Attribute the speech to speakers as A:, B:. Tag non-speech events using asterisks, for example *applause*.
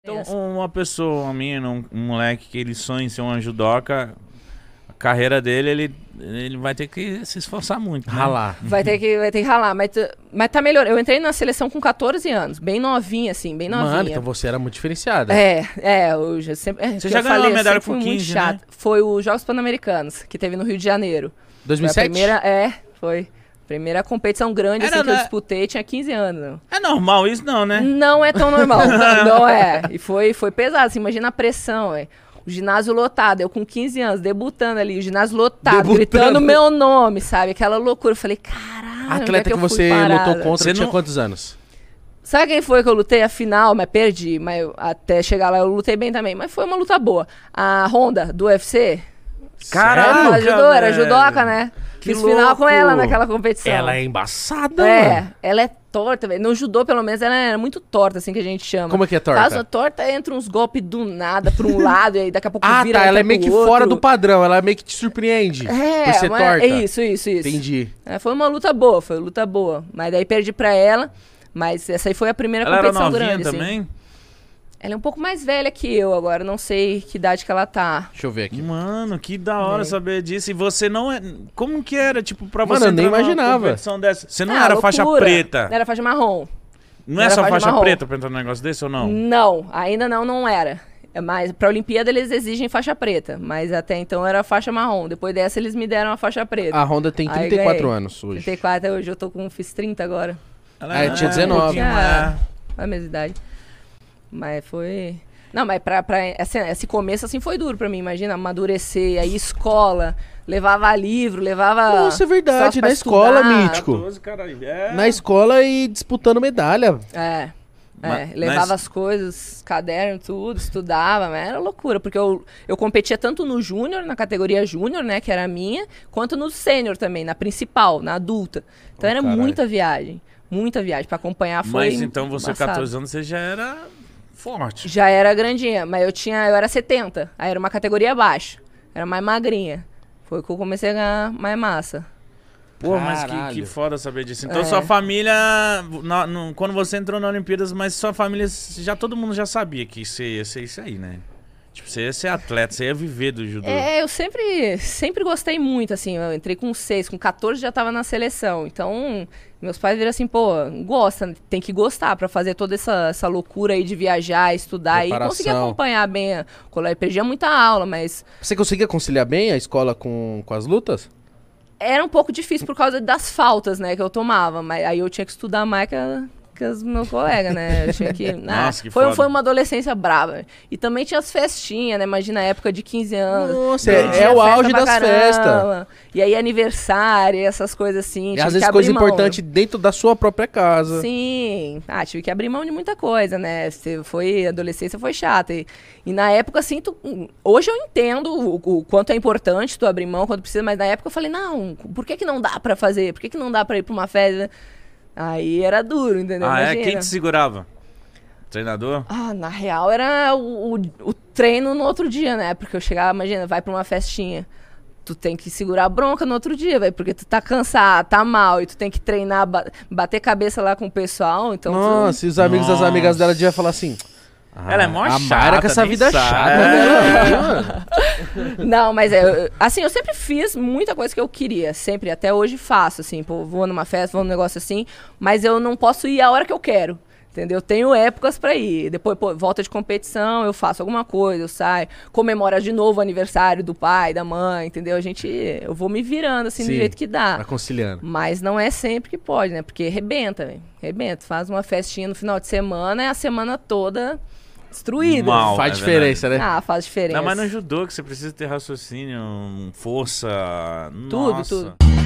A: Então, uma pessoa, uma menina, um, um moleque que ele sonha em ser um judoca, a carreira dele, ele, ele vai ter que se esforçar muito. né?
B: Ralar.
C: Vai ter que, vai ter que ralar, mas, t- mas tá melhor. Eu entrei na seleção com 14 anos, bem novinha, assim, bem novinha.
B: Mano, então você era muito diferenciada.
C: É, é, eu já sempre. é,
A: Você
C: que
A: já
C: eu
A: ganhou
C: falei,
A: uma
C: eu
A: medalha
C: sempre
A: com
C: fui muito
A: 15, né?
C: chata. Foi os Jogos Pan-Americanos, que teve no Rio de Janeiro. Foi a
B: 2007?
C: primeira, é, foi. Primeira competição grande
A: Era
C: assim, que
A: na-
C: eu disputei, tinha 15 anos.
A: É normal isso não, né?
C: Não é tão normal, não é. E foi, foi pesado, assim, imagina a pressão, é. O ginásio lotado, eu com 15 anos, debutando ali, o ginásio lotado,
B: Debutando.
C: gritando meu nome, sabe? Aquela loucura. Eu falei, caralho,
B: A
C: onde é
B: atleta que,
C: eu fui
B: você
C: parada?"
B: lutou contra
A: Você
B: tinha
A: não-
B: quantos anos?
C: Sabe quem foi que eu lutei a final, mas perdi, mas eu- até chegar lá eu lutei bem também, mas foi uma luta boa. A Honda do UFC,
A: Caralho,
C: ela ajudou, era
A: velho.
C: judoca, né?
A: Que
C: Fiz final com
A: louco.
C: ela naquela
A: Então.
C: competição.
B: Ela é embaçada, mano.
C: É, ela é torta, velho. No judô, pelo menos, ela é muito torta, assim que a gente chama.
B: Como é que é torta?
C: Faz uma torta, entra uns golpes do nada pra um *laughs* lado, e aí daqui a pouco
B: Ah,
C: vira.
B: tá.
C: entra
B: Ela é meio que
C: pro outro.
B: fora do padrão. Ela meio que te surpreende.
C: É,
B: por ser
C: mas
B: torta.
C: é isso, isso, isso.
B: Entendi.
C: É, foi uma luta boa, foi uma luta boa. Mas daí perdi pra ela. Mas essa aí foi a primeira
A: Ela era
C: competição
A: novinha
C: grande, assim.
A: também?
C: Ela é um pouco mais velha que eu agora, não sei que idade que ela tá.
B: Deixa eu ver aqui.
A: Mano, que da hora
C: É.
A: saber disso. E você não é... Como que era, tipo, pra
B: Mano,
A: você
B: eu nem
A: entrar numa
B: imaginava.
A: competição dessa? Você não
C: Ah,
A: era faixa
C: loucura.
A: preta.
C: Não era faixa marrom.
A: Não é
C: era
A: só
C: faixa
A: faixa
C: marrom. Hum.
A: preta pra entrar num negócio desse ou não?
C: Não, ainda não, não era. É, Mas pra Olimpíada eles exigem faixa preta, mas até então era faixa marrom. Depois dessa eles me deram a faixa preta.
B: A Honda tem
C: Aí
B: 34
C: ganhei.
B: anos hoje.
C: 34, hoje eu tô com, fiz 30 agora,
A: Ela
B: Ah, eu
A: é
B: tinha
A: um
B: 19.
A: pouquinho
C: Ah.
A: mais-
C: a mesma idade. Mas foi... Não, mas pra, pra esse, esse começo assim foi duro pra mim, imagina, amadurecer, aí escola, levava livro, levava...
B: Nossa, é verdade.
C: stuff pra
B: Na escola,
C: estudar.
B: mítico.
A: 12, caralho. É.
B: Na escola e disputando medalha.
C: É. é,
A: Ma- mas-
C: levava as coisas, caderno, tudo, estudava, mas era loucura, porque eu, eu competia tanto no júnior, na categoria júnior, né, que era a minha, quanto no sênior também, na principal, na adulta. Então
B: Oh,
C: era
B: caralho.
C: muita viagem, muita viagem Pra acompanhar foi
A: Mas então você,
C: embaçado.
A: 14 anos, você já era forte.
C: já era grandinha, mas eu tinha, eu era 70, aí era uma categoria abaixo, era mais magrinha. Foi que eu comecei a ganhar mais massa.
A: Pô, mas que,
B: Caralho.
A: que foda saber disso. Então
C: É.
A: sua família, na- no- quando você entrou na Olimpíadas, mas sua família, já todo mundo já sabia que você ia ser isso aí, né? Tipo, você ia ser atleta, você ia viver do judô.
C: É, eu sempre, sempre gostei muito, assim, eu entrei com 6, com 14 já tava na seleção, então meus pais viram assim, pô, gosta, tem que gostar pra fazer toda essa, essa loucura aí de viajar, estudar e conseguir
B: Preparação.
C: acompanhar bem a colégio, perdia muita aula, mas
B: Você conseguia conciliar bem a escola com, com as lutas?
C: era um pouco difícil por causa das faltas, né, que eu tomava, mas aí eu tinha que estudar mais que, a- que os meus colegas, né, eu tinha
A: *laughs*
C: que... ah,
A: Nossa, que
C: foi,
A: foda.
C: foi uma adolescência brava, e também tinha as festinhas, né, imagina a época de 15 anos,
B: Nossa,
A: Não.
B: é,
C: Tinha
B: é o
C: festa
B: auge
C: pra
B: das
C: caramba.
B: festas.
C: E aí aniversário, e essas coisas assim.
B: E
C: tive
B: às
C: que
B: vezes
C: abrir
B: coisa
C: mão.
B: importante dentro da sua própria casa.
C: Sim. Ah, tive que abrir mão de muita coisa, né? Você foi, adolescência foi chata. E, e na época, assim, tu- hoje eu entendo o, o quanto é importante tu abrir mão, quanto precisa, mas na época eu falei, não, por que que não dá pra fazer? Por que que não dá pra ir pra uma festa? Aí era duro, entendeu?
A: ah, é?
C: Imagina.
A: Quem te segurava? Treinador?
C: Ah, na real era o, o- o treino no outro dia, né? Porque eu chegava, imagina, vai pra uma festinha. Tu tem que segurar a bronca no outro dia, velho, porque tu tá cansado, tá mal, e tu tem que treinar, ba- bater cabeça lá com o pessoal, então tu-
B: Nossa, e Ah, os amigos das
A: Nossa.
B: amigas dela devia falar assim.
A: Ela é mó
B: A Mayra
A: chata,
B: com essa
A: nem
B: vida
A: sabe.
B: chata,
A: É.
B: né?
A: *laughs*
B: Mano,
C: Não, mas é, eu- assim, eu sempre fiz muita coisa que eu queria, sempre, até hoje faço, assim, pô, vou numa festa, vou num negócio assim, mas eu não posso ir a hora que eu quero. Entendeu? Eu tenho épocas pra ir. Depois, pô, volta de competição, eu faço alguma coisa, eu saio, comemora de novo o aniversário do pai, da mãe, entendeu? A gente, eu vou me virando assim do
B: Sim.
C: jeito que
B: Tá
C: dá.
B: conciliando.
C: Mas não é sempre que pode, né? Porque rebenta, velho. Rebenta, faz uma festinha no final de semana, é a semana toda destruída.
A: Mal.
B: Faz
A: é
B: diferença, né?
C: Ah, faz diferença.
A: Não, mas não judô, que você precisa ter raciocínio, força.
C: Tudo,
A: Nossa.
C: tudo.